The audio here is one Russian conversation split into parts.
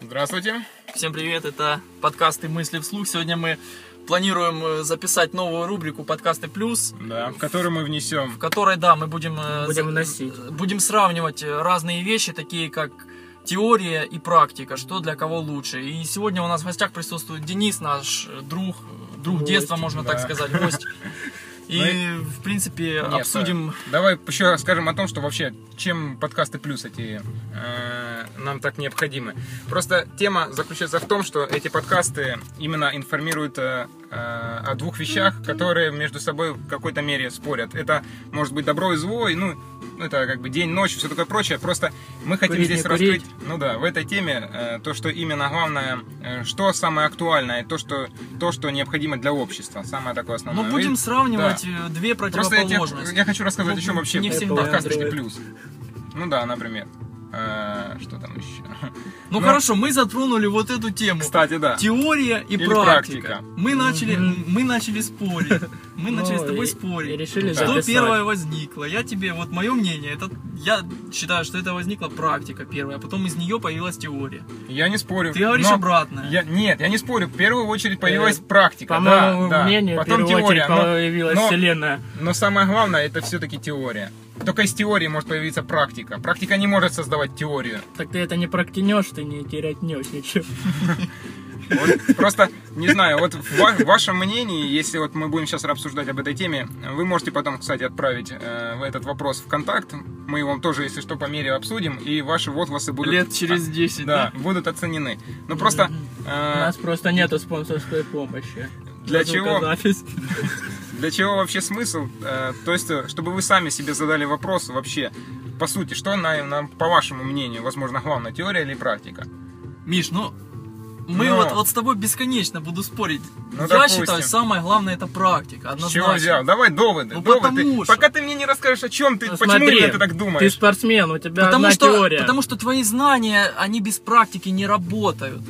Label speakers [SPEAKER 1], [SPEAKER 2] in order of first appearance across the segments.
[SPEAKER 1] Здравствуйте.
[SPEAKER 2] Всем привет, это подкасты «Мысли вслух». Сегодня мы планируем э, записать новую рубрику «Подкасты плюс»,
[SPEAKER 1] Да, в который мы внесем
[SPEAKER 2] в которой, да, мы будем, э,
[SPEAKER 3] Будем
[SPEAKER 2] за-
[SPEAKER 3] вносить.
[SPEAKER 2] э, будем сравнивать э, разные вещи, такие как теория и практика, что для кого лучше. И сегодня у нас в гостях присутствует Денис, наш э, друг, э, друг
[SPEAKER 3] Гость,
[SPEAKER 2] детства, можно
[SPEAKER 1] да. Ну
[SPEAKER 2] так сказать, гость. И, в принципе,
[SPEAKER 1] Нет, э,
[SPEAKER 2] обсудим...
[SPEAKER 1] Давай еще расскажем о том, что вообще, чем подкасты плюс эти э, нам так необходимы. Просто тема заключается в том, что эти подкасты именно информируют э, э, о двух вещах, которые между собой в какой-то мере спорят. Это может быть добро и зло, и ну это как бы день, ночь, все такое прочее. Просто мы хотим
[SPEAKER 3] Курить, не
[SPEAKER 1] здесь
[SPEAKER 3] курить.
[SPEAKER 1] раскрыть, ну да, в этой теме э, то, что именно главное, э, что самое актуальное, то, что то, что необходимо для общества, самое такое основное.
[SPEAKER 2] Ну,
[SPEAKER 1] И-
[SPEAKER 2] будем сравнивать э, две
[SPEAKER 1] Просто я, тебе-
[SPEAKER 2] противоположности.
[SPEAKER 1] я хочу рассказать, о чем
[SPEAKER 2] Ну,
[SPEAKER 1] вообще
[SPEAKER 2] не
[SPEAKER 3] всегда.
[SPEAKER 1] подкаст
[SPEAKER 3] Android.
[SPEAKER 1] «Русский плюс. Ну да, например. Э, Что там еще? Ну.
[SPEAKER 2] Ну, хорошо, мы затронули вот эту тему.
[SPEAKER 1] Кстати, да.
[SPEAKER 2] Теория и
[SPEAKER 1] Или
[SPEAKER 2] практика.
[SPEAKER 1] практика.
[SPEAKER 2] Мы начали, мы начали спорить. Мы
[SPEAKER 3] Ну,
[SPEAKER 2] начали с тобой
[SPEAKER 3] и- и
[SPEAKER 2] спорить.
[SPEAKER 3] решили
[SPEAKER 1] Да.
[SPEAKER 2] Что
[SPEAKER 3] записать.
[SPEAKER 2] первое возникло? Я тебе, вот мое мнение, это я считаю, что это возникла практика первая, а потом из нее появилась теория.
[SPEAKER 1] Я не спорю.
[SPEAKER 2] Ты говоришь
[SPEAKER 1] но
[SPEAKER 2] обратное.
[SPEAKER 1] я- нет, я не спорю. В первую очередь появилась
[SPEAKER 3] Э,
[SPEAKER 1] практика.
[SPEAKER 3] По
[SPEAKER 1] да,
[SPEAKER 3] моему
[SPEAKER 1] да.
[SPEAKER 3] мнению, в
[SPEAKER 1] Потом
[SPEAKER 3] первую очередь
[SPEAKER 1] теория. Но,
[SPEAKER 3] появилась
[SPEAKER 1] но-
[SPEAKER 3] вселенная.
[SPEAKER 1] но самое главное, это все-таки теория. Только из теории может появиться практика. Практика не может создавать теорию.
[SPEAKER 3] Так ты это не проктянешь, ты не терятнешь ничего.
[SPEAKER 1] Вот просто, не знаю, вот в ва- в вашем мнении, если вот мы будем сейчас обсуждать об этой теме, вы можете потом, кстати, отправить э, этот вопрос в контакт. Мы его тоже, если что, по мере обсудим, и ваши возгласы будут...
[SPEAKER 2] Лет через 10,
[SPEAKER 1] Да, будут оценены. Но просто
[SPEAKER 3] У
[SPEAKER 1] э,
[SPEAKER 3] нас просто нету спонсорской помощи.
[SPEAKER 1] Для
[SPEAKER 3] На
[SPEAKER 1] чего?
[SPEAKER 3] звукозапись.
[SPEAKER 1] для чего вообще смысл? Э, то есть, э, чтобы вы сами себе задали вопрос вообще, по сути, что на- на- по вашему мнению, возможно, главная теория или практика?
[SPEAKER 2] Миш, ну мы
[SPEAKER 1] Но.
[SPEAKER 2] вот, вот с тобой бесконечно буду спорить.
[SPEAKER 1] Ну,
[SPEAKER 2] я
[SPEAKER 1] допустим.
[SPEAKER 2] считаю, самое главное это практика.
[SPEAKER 1] С чего
[SPEAKER 2] Однозначно.
[SPEAKER 1] взял? Давай доводы.
[SPEAKER 2] Ну,
[SPEAKER 1] доводы.
[SPEAKER 2] потому что.
[SPEAKER 1] Пока ты мне не расскажешь, о чем ты,
[SPEAKER 3] Ну,
[SPEAKER 1] почему
[SPEAKER 3] смотри,
[SPEAKER 1] именно ты так
[SPEAKER 3] Ты
[SPEAKER 1] думаешь?
[SPEAKER 3] спортсмен, у тебя
[SPEAKER 2] Потому
[SPEAKER 3] одна
[SPEAKER 2] что,
[SPEAKER 3] теория.
[SPEAKER 2] потому что твои знания, они без практики не работают.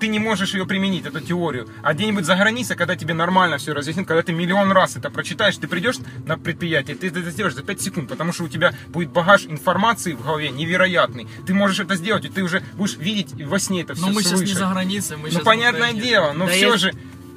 [SPEAKER 1] ты не можешь ее применить, эту теорию. А где-нибудь за границей, когда тебе нормально все разъяснит, когда ты миллион раз это прочитаешь, ты придешь на предприятие, ты это сделаешь за 5 секунд, потому что у тебя будет багаж информации в голове невероятный. Ты можешь это сделать, и ты уже будешь видеть во сне это все
[SPEAKER 2] Но мы сейчас не за границей, мы
[SPEAKER 1] Ну,
[SPEAKER 2] щас в
[SPEAKER 1] понятное
[SPEAKER 2] Украине.
[SPEAKER 1] дело, но
[SPEAKER 3] Да
[SPEAKER 1] все
[SPEAKER 3] есть-
[SPEAKER 1] же...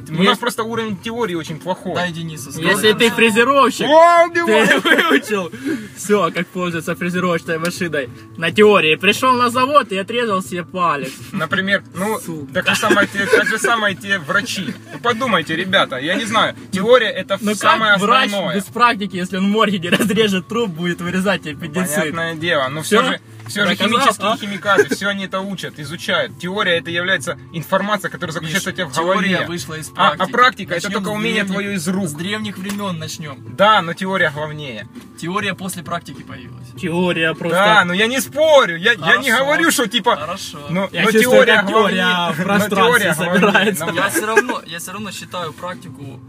[SPEAKER 1] У нас
[SPEAKER 3] есть-
[SPEAKER 1] просто уровень теории очень плохой.
[SPEAKER 2] Дай Денису сказать.
[SPEAKER 3] Если ты фрезеровщик,
[SPEAKER 1] О, убивай!
[SPEAKER 3] ты выучил все, как пользоваться фрезеровочной машиной на теории. Пришел на завод и отрезал себе палец.
[SPEAKER 1] Например, ну,
[SPEAKER 3] Сука.
[SPEAKER 1] так же, самое те, так же самое те врачи. Ну, подумайте, ребята, я не знаю, теория это
[SPEAKER 3] Ну
[SPEAKER 1] самое
[SPEAKER 3] как врач
[SPEAKER 1] основное.
[SPEAKER 3] без практики, если он морги не разрежет труп, будет вырезать тебе аппендицит?
[SPEAKER 1] Понятное дело, но все,
[SPEAKER 3] Всё?
[SPEAKER 1] же, все же
[SPEAKER 3] Доказал,
[SPEAKER 1] химические
[SPEAKER 3] а?
[SPEAKER 1] химикаты, все они это учат, изучают. Теория это является информация, которая заключается у тебя в
[SPEAKER 2] Теория
[SPEAKER 1] голове.
[SPEAKER 2] вышла из
[SPEAKER 1] А- а
[SPEAKER 2] практики.
[SPEAKER 1] практика это
[SPEAKER 2] Начнём
[SPEAKER 1] только
[SPEAKER 2] с
[SPEAKER 1] умение
[SPEAKER 2] древних-
[SPEAKER 1] твое из рук.
[SPEAKER 2] С древних времен начнем.
[SPEAKER 1] Да, но теория главнее.
[SPEAKER 2] Теория после практики появилась.
[SPEAKER 3] Теория просто.
[SPEAKER 1] Да, ну, но я не спорю, я, я не
[SPEAKER 2] Хорошо.
[SPEAKER 1] говорю, что типа...
[SPEAKER 2] Хорошо.
[SPEAKER 1] Но,
[SPEAKER 3] Я
[SPEAKER 1] но
[SPEAKER 3] чувствую,
[SPEAKER 1] теория
[SPEAKER 3] как теория
[SPEAKER 1] главнее.
[SPEAKER 3] в
[SPEAKER 1] Но
[SPEAKER 3] пространстве
[SPEAKER 1] теория главнее.
[SPEAKER 3] собирается.
[SPEAKER 1] Ну,
[SPEAKER 2] Я все равно, я все равно считаю практику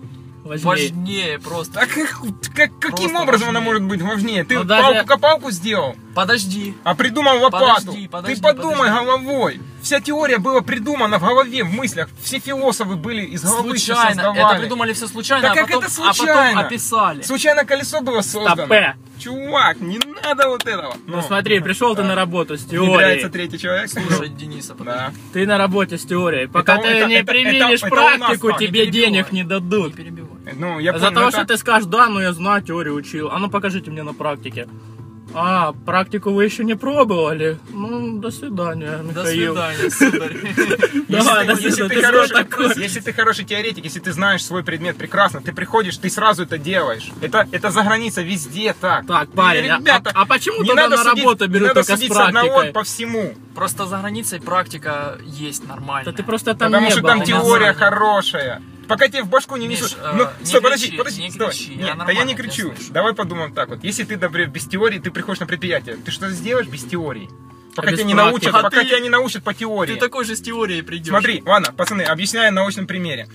[SPEAKER 3] Возьми.
[SPEAKER 2] важнее просто.
[SPEAKER 1] Так как- как- каким
[SPEAKER 2] Просто
[SPEAKER 1] образом она
[SPEAKER 2] важнее.
[SPEAKER 1] может быть важнее? Ты
[SPEAKER 3] Но Ну, даже-
[SPEAKER 1] палку-копалку сделал?
[SPEAKER 2] Подожди.
[SPEAKER 1] А придумал лопату.
[SPEAKER 2] Подожди, подожди,
[SPEAKER 1] Ты подумай
[SPEAKER 2] подожди.
[SPEAKER 1] головой. Вся теория была придумана в голове, в мыслях. Все философы были из головы всё
[SPEAKER 2] Случайно.
[SPEAKER 1] создавали.
[SPEAKER 2] Это придумали все случайно,
[SPEAKER 1] Да
[SPEAKER 2] а,
[SPEAKER 1] как
[SPEAKER 2] потом,
[SPEAKER 1] это
[SPEAKER 2] а потом
[SPEAKER 1] случайно?
[SPEAKER 2] описали.
[SPEAKER 1] Случайно колесо было создано.
[SPEAKER 3] П.
[SPEAKER 1] Чувак, не надо вот этого.
[SPEAKER 3] э. Ну смотри, пришел ты на работу с
[SPEAKER 1] Является
[SPEAKER 3] теорией.
[SPEAKER 1] третий человек.
[SPEAKER 2] Слушай, Дениса, подожди.
[SPEAKER 1] Да.
[SPEAKER 3] Ты на работе с теорией. Пока
[SPEAKER 1] Это-
[SPEAKER 3] ты
[SPEAKER 1] это-
[SPEAKER 3] не
[SPEAKER 1] это-
[SPEAKER 3] применишь
[SPEAKER 1] это- это у нас
[SPEAKER 3] практику,
[SPEAKER 1] так, не
[SPEAKER 3] тебе
[SPEAKER 2] перебивай.
[SPEAKER 3] денег не
[SPEAKER 2] Не
[SPEAKER 3] дадут.
[SPEAKER 2] перебивай.
[SPEAKER 1] Ну, я
[SPEAKER 3] За
[SPEAKER 1] понял,
[SPEAKER 3] того,
[SPEAKER 1] это-
[SPEAKER 3] что ты скажешь, да, ну я знаю, теорию учил. А ну покажите мне на практике. А, практику вы еще не пробовали? Ну, до свидания,
[SPEAKER 2] До
[SPEAKER 3] Михаил.
[SPEAKER 2] свидания, сударь.
[SPEAKER 3] Давай, до
[SPEAKER 1] Если, если ты
[SPEAKER 3] свидания. Ты что такое?
[SPEAKER 1] хороший, если ты хороший теоретик, если ты знаешь свой предмет прекрасно, ты приходишь, ты сразу это делаешь. Это, это за граница везде так.
[SPEAKER 3] Так, парень, а-
[SPEAKER 1] ребята,
[SPEAKER 3] а почему
[SPEAKER 1] не
[SPEAKER 3] тогда
[SPEAKER 1] надо
[SPEAKER 3] на
[SPEAKER 1] судить-
[SPEAKER 3] работу
[SPEAKER 1] не
[SPEAKER 3] берут
[SPEAKER 1] надо
[SPEAKER 3] только с
[SPEAKER 1] судить одного
[SPEAKER 3] практикой?
[SPEAKER 1] по всему.
[SPEAKER 2] Просто за границей практика есть нормально.
[SPEAKER 3] Да ты просто там
[SPEAKER 1] потому
[SPEAKER 3] не
[SPEAKER 1] что
[SPEAKER 3] был.
[SPEAKER 1] там
[SPEAKER 2] на
[SPEAKER 1] теория
[SPEAKER 2] самом деле.
[SPEAKER 1] хорошая. Пока тебе в башку не
[SPEAKER 2] Миш,
[SPEAKER 1] несут.
[SPEAKER 2] э,
[SPEAKER 1] ну,
[SPEAKER 2] не
[SPEAKER 1] стой, подожди,
[SPEAKER 2] кричи,
[SPEAKER 1] подожди,
[SPEAKER 2] не
[SPEAKER 1] стой.
[SPEAKER 2] кричи, я
[SPEAKER 1] Нет, да я
[SPEAKER 2] нормально
[SPEAKER 1] не
[SPEAKER 2] тебя
[SPEAKER 1] кричу.
[SPEAKER 2] слышу.
[SPEAKER 1] Давай подумаем так вот. Если ты, например, без теории, ты приходишь на предприятие, ты что-то сделаешь без теории? Пока
[SPEAKER 3] без
[SPEAKER 1] тебя не
[SPEAKER 3] практики.
[SPEAKER 1] научат,
[SPEAKER 2] А
[SPEAKER 1] пока
[SPEAKER 2] ты-
[SPEAKER 1] тебя не научат по теории.
[SPEAKER 2] Ты такой же с теорией придешь.
[SPEAKER 1] Смотри, ладно, пацаны, объясняю на научном примере.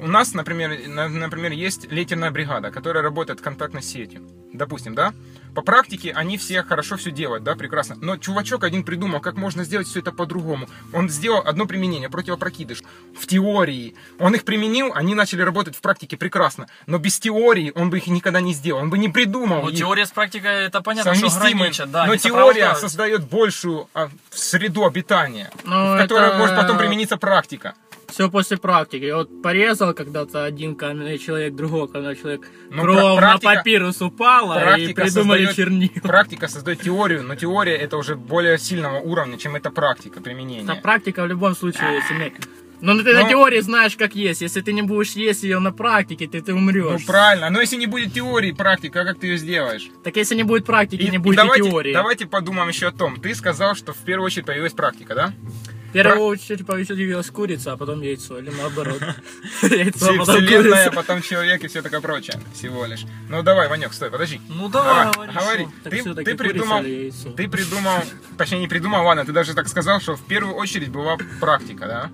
[SPEAKER 1] У нас, например, на- например, есть летерная бригада, которая работает контактной сетью. Допустим, да? По практике они все хорошо все делают, да, прекрасно. Но чувачок один придумал, как можно сделать все это по-другому. Он сделал одно применение, противопрокидыш. В теории. Он их применил, они начали работать в практике прекрасно. Но без теории он бы их никогда не сделал. Он бы не придумал.
[SPEAKER 2] Ну,
[SPEAKER 1] их
[SPEAKER 2] теория с практикой, это понятно, что
[SPEAKER 1] совместимы.
[SPEAKER 2] граничат. Да,
[SPEAKER 1] но Ну,
[SPEAKER 2] не
[SPEAKER 1] теория
[SPEAKER 2] сопровождаются.
[SPEAKER 1] создает большую а, среду обитания,
[SPEAKER 3] Ну,
[SPEAKER 1] в которой
[SPEAKER 3] это-
[SPEAKER 1] может потом примениться практика.
[SPEAKER 3] Все после практики. Я вот порезал когда-то один каменный человек, другой каменный человек.
[SPEAKER 1] Ну,
[SPEAKER 3] Кровь
[SPEAKER 1] пра-
[SPEAKER 3] на
[SPEAKER 1] практика-
[SPEAKER 3] папирус упала и
[SPEAKER 1] Практика
[SPEAKER 3] придумали
[SPEAKER 1] создаёт-
[SPEAKER 3] чернила.
[SPEAKER 1] Практика создает теорию, но теория это уже более сильного уровня, чем это практика применения.
[SPEAKER 3] Да, практика в любом случае сильнее. Но ты на
[SPEAKER 1] Но-
[SPEAKER 3] теории знаешь, как есть. Если ты не будешь есть ее на практике, ты, ты
[SPEAKER 1] ну
[SPEAKER 3] умрешь.
[SPEAKER 1] правильно, но если не будет теории, практика, а как ты ее сделаешь?
[SPEAKER 3] Так если не будет практики, не будет и
[SPEAKER 1] давайте,
[SPEAKER 3] теории.
[SPEAKER 1] давайте подумаем еще о том. Ты сказал, что в первую очередь появилась практика, да?
[SPEAKER 3] В первую очередь появилась курица, а потом яйцо. Или наоборот. Яйцо, а
[SPEAKER 1] Все-
[SPEAKER 3] потом
[SPEAKER 1] Вселенная,
[SPEAKER 3] курица.
[SPEAKER 1] потом человек и все такое прочее. Всего лишь. Ну давай, Ванек, стой, подожди.
[SPEAKER 2] Ну, давай,
[SPEAKER 1] Давай,
[SPEAKER 2] говори.
[SPEAKER 1] говори.
[SPEAKER 2] что.
[SPEAKER 3] Так
[SPEAKER 1] Ты-
[SPEAKER 3] всё-таки
[SPEAKER 1] ты
[SPEAKER 3] курица
[SPEAKER 1] придумал-
[SPEAKER 3] или яйцо?
[SPEAKER 1] Ты придумал, точнее не придумал, ладно, ты даже так сказал, что в первую очередь была практика, да?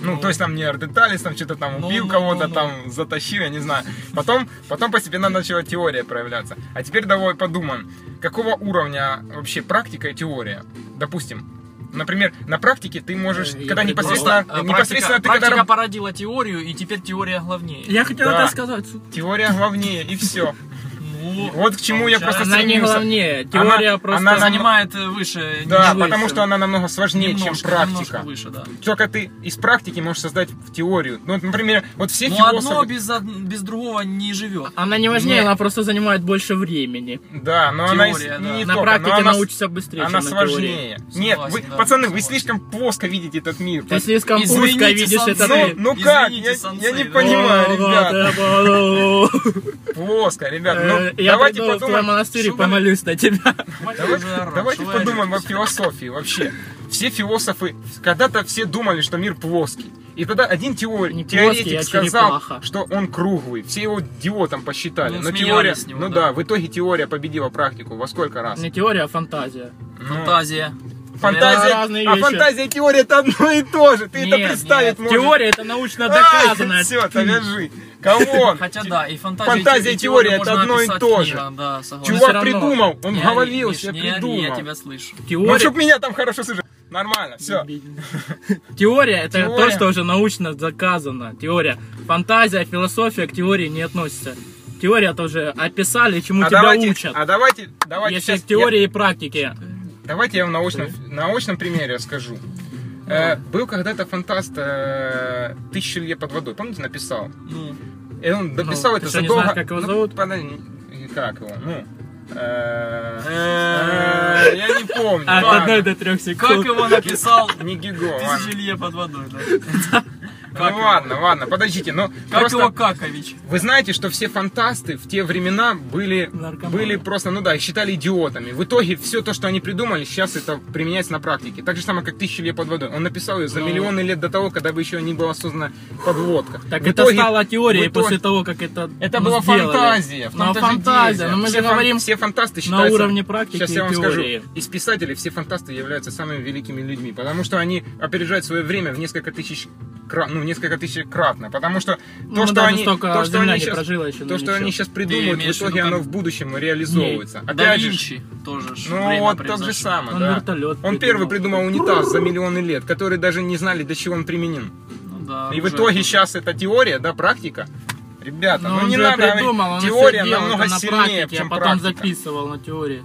[SPEAKER 1] Ну, то есть там не ардеталис, там что-то там
[SPEAKER 2] Ну,
[SPEAKER 1] убил
[SPEAKER 2] ну,
[SPEAKER 1] кого-то,
[SPEAKER 2] ну, ну.
[SPEAKER 1] там затащил, я не знаю. Потом, потом постепенно начала теория проявляться. А теперь давай подумаем, какого уровня вообще практика и теория? Допустим, например, на практике ты можешь,
[SPEAKER 3] Э, я
[SPEAKER 1] когда
[SPEAKER 3] придумал.
[SPEAKER 1] непосредственно,
[SPEAKER 2] Просто, а,
[SPEAKER 1] непосредственно ты
[SPEAKER 2] практика,
[SPEAKER 1] когда
[SPEAKER 2] практика
[SPEAKER 1] раб-
[SPEAKER 2] породила теорию, и теперь теория главнее.
[SPEAKER 3] Я хотел
[SPEAKER 1] Да.
[SPEAKER 3] это сказать. сука.
[SPEAKER 1] Теория главнее, и все.
[SPEAKER 2] Ну,
[SPEAKER 1] Вот к чему я просто
[SPEAKER 2] получается,
[SPEAKER 3] Она не
[SPEAKER 1] стремился.
[SPEAKER 3] главнее. Теория
[SPEAKER 1] Она-
[SPEAKER 3] просто...
[SPEAKER 1] она
[SPEAKER 2] она занимает э, выше.
[SPEAKER 1] Да,
[SPEAKER 3] выше.
[SPEAKER 1] потому что она намного сложнее,
[SPEAKER 2] немножко,
[SPEAKER 1] чем практика.
[SPEAKER 2] немножко выше, да.
[SPEAKER 1] Только ты из практики можешь создать в теорию. Ну, вот, например, вот все
[SPEAKER 2] Но
[SPEAKER 1] философы...
[SPEAKER 2] одно без, од- без другого не живет.
[SPEAKER 3] Она не важнее,
[SPEAKER 1] Нет.
[SPEAKER 3] она просто занимает больше времени.
[SPEAKER 1] Да, но она из-
[SPEAKER 2] Теория, да.
[SPEAKER 1] не
[SPEAKER 3] на
[SPEAKER 1] только,
[SPEAKER 3] практике
[SPEAKER 1] но ну, она, с-
[SPEAKER 3] научишься быстрее,
[SPEAKER 1] она
[SPEAKER 3] чем на теории.
[SPEAKER 1] сложнее. Нет, вы,
[SPEAKER 2] Согласен, да,
[SPEAKER 1] пацаны, вы
[SPEAKER 2] согласен.
[SPEAKER 1] слишком плоско видите этот мир.
[SPEAKER 3] Ты слишком
[SPEAKER 2] Извините,
[SPEAKER 3] узко видишь
[SPEAKER 2] сам-
[SPEAKER 3] это
[SPEAKER 2] Ну,
[SPEAKER 3] ты.
[SPEAKER 1] ну как?
[SPEAKER 2] Извините,
[SPEAKER 1] Я- я
[SPEAKER 2] сенсей,
[SPEAKER 1] не
[SPEAKER 2] да.
[SPEAKER 1] понимаю,
[SPEAKER 3] О,
[SPEAKER 1] ребята.
[SPEAKER 3] да, да, да.
[SPEAKER 1] Плоско, ребят.
[SPEAKER 3] Э,
[SPEAKER 1] Ну,
[SPEAKER 3] Я
[SPEAKER 1] давайте
[SPEAKER 3] приду в твой
[SPEAKER 1] подумаем.
[SPEAKER 3] монастырь и
[SPEAKER 2] что вы-
[SPEAKER 3] помолюсь на тебя.
[SPEAKER 2] Хватит
[SPEAKER 1] Давай-
[SPEAKER 2] Ну, уже орать,
[SPEAKER 1] давайте
[SPEAKER 2] что вы
[SPEAKER 1] подумаем о
[SPEAKER 2] орете?
[SPEAKER 1] философии вообще. Все философы когда-то все думали, что мир плоский. И тогда один теор-
[SPEAKER 3] Не
[SPEAKER 1] теоретик
[SPEAKER 3] плоский, а
[SPEAKER 1] сказал,
[SPEAKER 3] черепаха.
[SPEAKER 1] что он круглый. Все его идиотом посчитали.
[SPEAKER 2] Ну,
[SPEAKER 1] Но
[SPEAKER 2] смеялись
[SPEAKER 1] теория,
[SPEAKER 2] с него,
[SPEAKER 1] ну
[SPEAKER 2] да.
[SPEAKER 1] да, в итоге теория победила практику. Во сколько раз?
[SPEAKER 3] Не теория, а фантазия.
[SPEAKER 1] Ну,
[SPEAKER 2] Фантазия.
[SPEAKER 1] Фантазия,
[SPEAKER 3] Это ну, разные
[SPEAKER 1] а
[SPEAKER 3] вещи.
[SPEAKER 1] фантазия и теория это одно и то же. Ты
[SPEAKER 3] Нет,
[SPEAKER 1] это представить
[SPEAKER 3] нет,
[SPEAKER 1] можешь.
[SPEAKER 3] Теория это научно доказано.
[SPEAKER 1] Все, это вяжи. Камон.
[SPEAKER 2] Хотя да, и фантазия,
[SPEAKER 1] Фантазия и теория это
[SPEAKER 2] можно
[SPEAKER 1] одно и
[SPEAKER 2] описать
[SPEAKER 1] то же.
[SPEAKER 2] книгам, да, согласен.
[SPEAKER 3] всё
[SPEAKER 1] Чувак
[SPEAKER 3] равно.
[SPEAKER 1] придумал, он
[SPEAKER 2] Не
[SPEAKER 1] в голове
[SPEAKER 2] ори,
[SPEAKER 1] у
[SPEAKER 2] Миш,
[SPEAKER 1] себя
[SPEAKER 2] не ори, я
[SPEAKER 1] придумал.
[SPEAKER 2] тебя слышу.
[SPEAKER 1] Ну,
[SPEAKER 3] Теория...
[SPEAKER 1] чтоб меня там хорошо слышали. Нормально, все.
[SPEAKER 3] Теория это то,
[SPEAKER 1] Теория.
[SPEAKER 3] что уже научно доказано. Теория. Фантазия, философия к теории не относятся. Теория тоже описали, чему
[SPEAKER 1] А
[SPEAKER 3] ну, тебя
[SPEAKER 1] давайте,
[SPEAKER 3] учат.
[SPEAKER 1] а давайте, давайте
[SPEAKER 3] Если
[SPEAKER 1] сейчас
[SPEAKER 3] в теории и практике.
[SPEAKER 1] Давайте я вам научном, научном примере скажу. Э, был когда-то фантаст э, «Тысячу лье под водой», помните, написал?
[SPEAKER 2] Ну,
[SPEAKER 1] И он дописал
[SPEAKER 3] Ну,
[SPEAKER 1] это
[SPEAKER 3] ты что, не
[SPEAKER 1] задолго...
[SPEAKER 3] знаешь, как его
[SPEAKER 1] Ну,
[SPEAKER 3] зовут?
[SPEAKER 1] подожди, как его, ну... э, э, Я не помню.
[SPEAKER 3] От
[SPEAKER 1] ладно.
[SPEAKER 3] А, одной до трех секунд.
[SPEAKER 2] как его написал
[SPEAKER 1] Не Гиго, ладно.
[SPEAKER 2] Тысячелье под водой, да. Как
[SPEAKER 1] Ну
[SPEAKER 2] его?
[SPEAKER 1] ладно, ладно, подождите, но
[SPEAKER 2] Как его
[SPEAKER 1] просто...
[SPEAKER 2] Какович?
[SPEAKER 1] Вы знаете, что все фантасты в те времена были,
[SPEAKER 3] Наркоманы.
[SPEAKER 1] были просто, ну да, их считали идиотами. В итоге все то, что они придумали, сейчас это применяется на практике. Так же самое, как «Тысяча лет под водой». Он написал ее за
[SPEAKER 3] Ну.
[SPEAKER 1] миллионы лет до того, когда бы еще не была создана подводка.
[SPEAKER 3] Так
[SPEAKER 1] В
[SPEAKER 3] это
[SPEAKER 1] итоге-
[SPEAKER 3] стало
[SPEAKER 1] в
[SPEAKER 3] теорией
[SPEAKER 1] итоге-
[SPEAKER 3] после того, как это
[SPEAKER 1] Это
[SPEAKER 3] ну,
[SPEAKER 1] была
[SPEAKER 3] сделали.
[SPEAKER 1] фантазия.
[SPEAKER 3] Ну, а
[SPEAKER 1] фантазия.
[SPEAKER 3] фантазия. Но мы
[SPEAKER 1] все
[SPEAKER 3] же
[SPEAKER 1] фан-
[SPEAKER 3] говорим
[SPEAKER 1] все фантасты считаются-
[SPEAKER 3] уровне практики
[SPEAKER 1] Сейчас я
[SPEAKER 3] и
[SPEAKER 1] вам
[SPEAKER 3] теории.
[SPEAKER 1] скажу. Из писателей все фантасты являются самыми великими людьми, потому что они опережают свое время в несколько тысяч кра- ну, в несколько тысяч кратно, потому что то,
[SPEAKER 3] Ну,
[SPEAKER 1] что
[SPEAKER 3] даже
[SPEAKER 1] они,
[SPEAKER 3] столько
[SPEAKER 1] то, что
[SPEAKER 3] земля
[SPEAKER 1] они
[SPEAKER 3] не
[SPEAKER 1] щас-
[SPEAKER 3] прожила еще,
[SPEAKER 1] то,
[SPEAKER 3] ну,
[SPEAKER 1] что
[SPEAKER 3] ничего.
[SPEAKER 1] они сейчас придумают, в
[SPEAKER 2] имеешь в
[SPEAKER 1] итоге
[SPEAKER 2] виду
[SPEAKER 1] оно
[SPEAKER 2] как-
[SPEAKER 1] в будущем реализовывается.
[SPEAKER 2] Да
[SPEAKER 1] Опять же,
[SPEAKER 2] Винчи тоже ж
[SPEAKER 1] ну
[SPEAKER 2] время
[SPEAKER 1] вот тот
[SPEAKER 2] превзошло.
[SPEAKER 1] же самый,
[SPEAKER 3] Он
[SPEAKER 1] да.
[SPEAKER 3] вертолет
[SPEAKER 1] Он первый
[SPEAKER 3] придумал.
[SPEAKER 1] придумал унитаз за миллионы лет, который даже не знали, до чего он применен.
[SPEAKER 2] Ну да,
[SPEAKER 1] И в
[SPEAKER 2] уже
[SPEAKER 1] итоге
[SPEAKER 2] тут-
[SPEAKER 1] сейчас это теория, да, практика. Ребята, ну
[SPEAKER 3] Но он
[SPEAKER 1] не
[SPEAKER 3] же
[SPEAKER 1] надо,
[SPEAKER 3] придумал, он
[SPEAKER 1] теория
[SPEAKER 3] всё делал
[SPEAKER 1] намного
[SPEAKER 3] это на
[SPEAKER 1] сильнее,
[SPEAKER 3] практике,
[SPEAKER 1] чем
[SPEAKER 3] а потом
[SPEAKER 1] практика.
[SPEAKER 3] записывал на теории.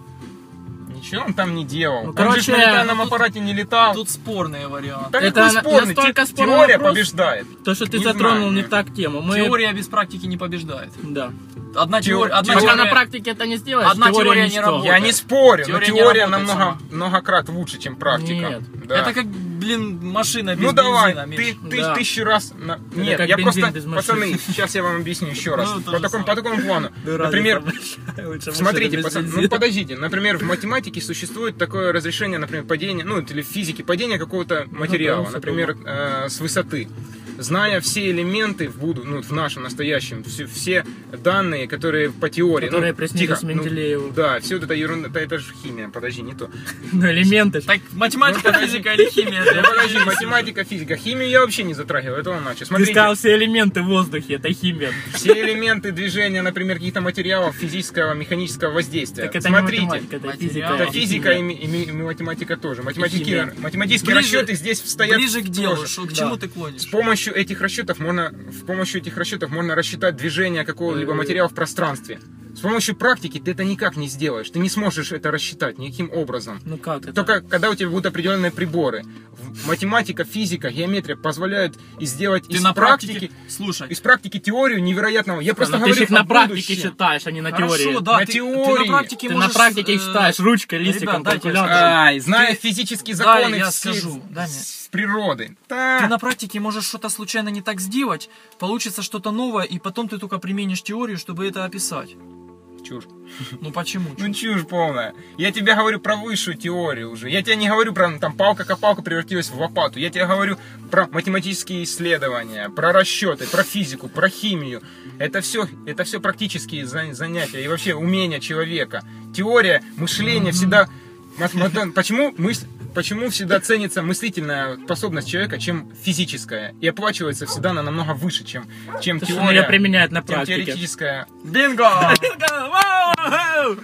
[SPEAKER 1] Ничего он там не делал.
[SPEAKER 3] Ну,
[SPEAKER 1] он же
[SPEAKER 3] короче,
[SPEAKER 1] на летальном
[SPEAKER 2] тут-
[SPEAKER 1] аппарате не летал.
[SPEAKER 2] Тут спорные варианты.
[SPEAKER 1] Да
[SPEAKER 3] Это
[SPEAKER 1] какой
[SPEAKER 3] на-
[SPEAKER 1] спорный?
[SPEAKER 3] настолько
[SPEAKER 1] Те-
[SPEAKER 3] спорный
[SPEAKER 1] Теория
[SPEAKER 3] вопрос.
[SPEAKER 1] побеждает.
[SPEAKER 3] То, что ты
[SPEAKER 1] Не
[SPEAKER 3] затронул
[SPEAKER 1] знаю,
[SPEAKER 3] не
[SPEAKER 1] нет.
[SPEAKER 3] так тему. Мы...
[SPEAKER 2] Теория без практики не побеждает.
[SPEAKER 3] Да.
[SPEAKER 2] Одна
[SPEAKER 1] Теор-
[SPEAKER 2] теория,
[SPEAKER 1] Хотя
[SPEAKER 2] одна
[SPEAKER 3] Хотя
[SPEAKER 2] теория,
[SPEAKER 3] на практике это не сделаешь.
[SPEAKER 2] Одна теория не
[SPEAKER 3] ничто.
[SPEAKER 2] работает.
[SPEAKER 1] Я не спорю,
[SPEAKER 2] Теория
[SPEAKER 1] но
[SPEAKER 2] не
[SPEAKER 1] теория
[SPEAKER 2] работает
[SPEAKER 1] намного
[SPEAKER 2] сама.
[SPEAKER 1] многократ лучше, чем практика.
[SPEAKER 3] Нет.
[SPEAKER 1] Да.
[SPEAKER 2] Это как, блин, машина без
[SPEAKER 1] Ну давай,
[SPEAKER 2] бензина,
[SPEAKER 1] ты,
[SPEAKER 2] Миш.
[SPEAKER 1] ты
[SPEAKER 3] а, Да.
[SPEAKER 1] тысячу раз... на- Нет,
[SPEAKER 3] как
[SPEAKER 1] я
[SPEAKER 3] бензин
[SPEAKER 1] просто...
[SPEAKER 3] без машины.
[SPEAKER 1] Пацаны, сейчас я вам объясню еще раз.
[SPEAKER 2] Ну, то
[SPEAKER 1] по,
[SPEAKER 2] же
[SPEAKER 1] такому, по
[SPEAKER 2] самое.
[SPEAKER 1] такому плану. Например, Смотрите, пацаны, ну подождите, например, в математике существует такое
[SPEAKER 3] Ну
[SPEAKER 1] разрешение, например, падения, ну или в физике, падение какого-то материала,
[SPEAKER 3] да, он
[SPEAKER 1] например, э, с высоты. зная все элементы в буду, ну, в нашем настоящем, все, все данные, которые по теории.
[SPEAKER 3] Которые
[SPEAKER 1] ну, тихо,
[SPEAKER 3] приснились
[SPEAKER 1] ну,
[SPEAKER 3] Менделееву.
[SPEAKER 1] да, все вот это ерунда, это, это же химия, подожди, не то.
[SPEAKER 3] Ну, элементы ж.
[SPEAKER 2] Так, математика, физика или химия?
[SPEAKER 1] Ну, подожди, математика, физика, химию я вообще не затрагивал, это он начал.
[SPEAKER 3] Ты
[SPEAKER 1] Смотрите,
[SPEAKER 3] сказал все элементы в воздухе, это химия.
[SPEAKER 1] все элементы движения, например, каких-то материалов физического, механического воздействия.
[SPEAKER 3] Так это не
[SPEAKER 1] Типа, Смотрите.
[SPEAKER 3] математика, это физика.
[SPEAKER 1] Это
[SPEAKER 2] А,
[SPEAKER 1] физика и, ми- и ми- и математика тоже. Математики,
[SPEAKER 3] химия.
[SPEAKER 1] математические
[SPEAKER 2] Ближе-
[SPEAKER 1] расчеты здесь стоят.
[SPEAKER 2] Ближе к делу,
[SPEAKER 1] тоже.
[SPEAKER 2] шо- к
[SPEAKER 3] да.
[SPEAKER 2] чему ты
[SPEAKER 1] С
[SPEAKER 2] клонишь?
[SPEAKER 1] помощью этих расчетов можно, в помощью этих расчетов можно рассчитать движение какого-либо
[SPEAKER 3] Э.
[SPEAKER 1] материала в пространстве. С помощью практики ты это никак не сделаешь. Ты не сможешь это рассчитать никаким образом.
[SPEAKER 3] Ну как это?
[SPEAKER 1] Только когда у тебя будут определенные приборы. В- Математика, физика, геометрия позволяют и сделать
[SPEAKER 2] Ты
[SPEAKER 1] из
[SPEAKER 2] на
[SPEAKER 1] практики,
[SPEAKER 2] практике... А, Слушай,
[SPEAKER 1] из практики теорию невероятного. Я просто
[SPEAKER 3] Ну, Ты
[SPEAKER 1] говорю
[SPEAKER 3] же их на
[SPEAKER 1] о
[SPEAKER 3] практике
[SPEAKER 1] будущем.
[SPEAKER 3] считаешь, а не на
[SPEAKER 2] Хорошо,
[SPEAKER 3] теории.
[SPEAKER 2] да,
[SPEAKER 1] На
[SPEAKER 2] ты,
[SPEAKER 1] теории.
[SPEAKER 2] ты на практике
[SPEAKER 3] Ты на
[SPEAKER 2] можешь...
[SPEAKER 3] практике
[SPEAKER 2] э,
[SPEAKER 3] их считаешь, ручкой, листиком,
[SPEAKER 2] ребят, дайте я
[SPEAKER 3] калькулятором.
[SPEAKER 2] скажу.
[SPEAKER 1] Ай, зная
[SPEAKER 2] Ты-
[SPEAKER 1] физические
[SPEAKER 2] Дай
[SPEAKER 1] законы
[SPEAKER 2] я
[SPEAKER 1] с-
[SPEAKER 2] скажу, дай мне.
[SPEAKER 1] с природы.
[SPEAKER 2] Ты
[SPEAKER 1] Да.
[SPEAKER 2] на практике можешь что-то случайно не так сделать, получится что-то новое, и потом ты только применишь теорию, чтобы это описать.
[SPEAKER 1] Чушь.
[SPEAKER 2] Ну почему?
[SPEAKER 1] Ну чушь полная. Я тебе говорю про высшую теорию уже. Я тебе не говорю про ну, там палка-копалка превратилась в лопату. Я тебе говорю про математические исследования, про расчеты, про физику, про химию. Это все, это все практические за- занятия и вообще умения человека. Теория, мышление всегда... Мат- мат- Почему мысль Почему всегда ценится мыслительная способность человека, чем физическая? И оплачивается всегда она намного выше, чем, чем
[SPEAKER 3] То, что она её
[SPEAKER 1] теория,
[SPEAKER 3] применяет на
[SPEAKER 1] чем
[SPEAKER 3] практике.
[SPEAKER 1] теоретическая.
[SPEAKER 2] Бинго!
[SPEAKER 3] Вау!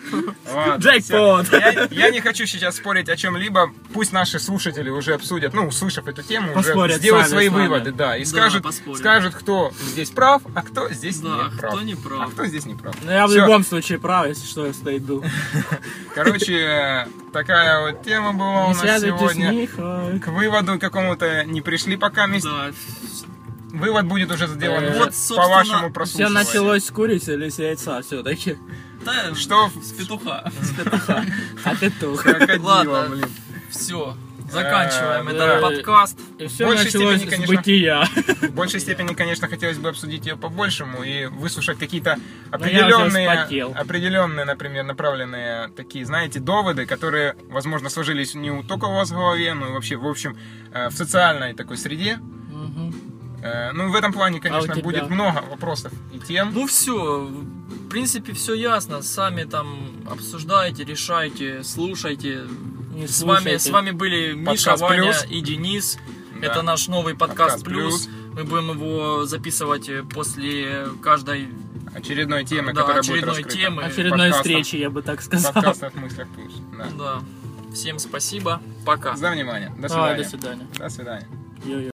[SPEAKER 1] Ладно,
[SPEAKER 3] Джекпот!
[SPEAKER 1] Я, я не хочу сейчас спорить о чем-либо. Пусть наши слушатели уже обсудят, ну, услышав эту тему, уже
[SPEAKER 3] Поспорят
[SPEAKER 1] сделают
[SPEAKER 3] сами
[SPEAKER 1] свои
[SPEAKER 3] с нами.
[SPEAKER 1] выводы, да. И
[SPEAKER 2] Да,
[SPEAKER 1] скажут,
[SPEAKER 2] поспорим.
[SPEAKER 1] скажут, кто здесь прав, а кто здесь
[SPEAKER 2] Да,
[SPEAKER 1] не прав.
[SPEAKER 2] кто не прав.
[SPEAKER 1] А кто здесь не прав.
[SPEAKER 3] Ну я в
[SPEAKER 1] Всё.
[SPEAKER 3] любом случае прав, если что, я стойду.
[SPEAKER 1] Короче, э, такая вот тема была у
[SPEAKER 3] Не
[SPEAKER 1] нас
[SPEAKER 3] связывайтесь с
[SPEAKER 1] сегодня.
[SPEAKER 3] них. а.
[SPEAKER 1] К выводу какому-то не пришли пока. вместе.
[SPEAKER 2] Да.
[SPEAKER 1] Вывод будет уже сделан
[SPEAKER 3] Вот,
[SPEAKER 1] уже по
[SPEAKER 2] собственно,
[SPEAKER 1] вашему
[SPEAKER 3] Все
[SPEAKER 1] прослушиванию.
[SPEAKER 3] началось с курицы или с яйца все-таки.
[SPEAKER 2] Да,
[SPEAKER 1] Что?
[SPEAKER 2] С петуха.
[SPEAKER 3] А петух.
[SPEAKER 1] Крокодила,
[SPEAKER 2] Ладно.
[SPEAKER 1] блин.
[SPEAKER 2] Все, заканчиваем
[SPEAKER 1] Э,
[SPEAKER 2] этот
[SPEAKER 3] да.
[SPEAKER 2] подкаст.
[SPEAKER 3] И все
[SPEAKER 1] большей
[SPEAKER 3] началось
[SPEAKER 1] степени,
[SPEAKER 3] с
[SPEAKER 1] конечно.
[SPEAKER 3] бытия.
[SPEAKER 1] В большей степени, конечно, хотелось бы обсудить ее по-большему и выслушать какие-то
[SPEAKER 3] Ну, я уже
[SPEAKER 1] определенные,
[SPEAKER 3] вспотел.
[SPEAKER 1] определенные, например, направленные такие, знаете, доводы, которые, возможно, сложились не у только у вас в голове, но и вообще, в общем, э, в социальной такой среде.
[SPEAKER 3] Мгм.
[SPEAKER 1] Э, Ну, в этом плане, конечно,
[SPEAKER 3] А тебя?
[SPEAKER 1] будет много вопросов и тем.
[SPEAKER 2] Ну все, в принципе, все ясно. Сами там обсуждайте, решайте, слушайте.
[SPEAKER 3] Не
[SPEAKER 2] С вами,
[SPEAKER 3] слушайте.
[SPEAKER 2] с вами были Миша,
[SPEAKER 1] Подкаст
[SPEAKER 2] Ваня
[SPEAKER 1] «Плюс».
[SPEAKER 2] и Денис.
[SPEAKER 1] Да.
[SPEAKER 2] Это наш новый
[SPEAKER 1] «Подкаст
[SPEAKER 2] подкаст, плюс.
[SPEAKER 1] плюс».
[SPEAKER 2] Мы будем его записывать э, после каждой
[SPEAKER 1] очередной темы,
[SPEAKER 2] да,
[SPEAKER 1] которая будет
[SPEAKER 2] очередной
[SPEAKER 1] раскрыта.
[SPEAKER 2] темы.
[SPEAKER 3] Очередной
[SPEAKER 1] подкастом.
[SPEAKER 3] встречи, я бы так сказал.
[SPEAKER 1] Подкаст от мыслях плюс. Да.
[SPEAKER 2] Да. Всем спасибо. Пока.
[SPEAKER 1] За внимание. До
[SPEAKER 3] Давай,
[SPEAKER 1] свидания.
[SPEAKER 3] До свидания.
[SPEAKER 1] До свидания.
[SPEAKER 3] Йо-йо.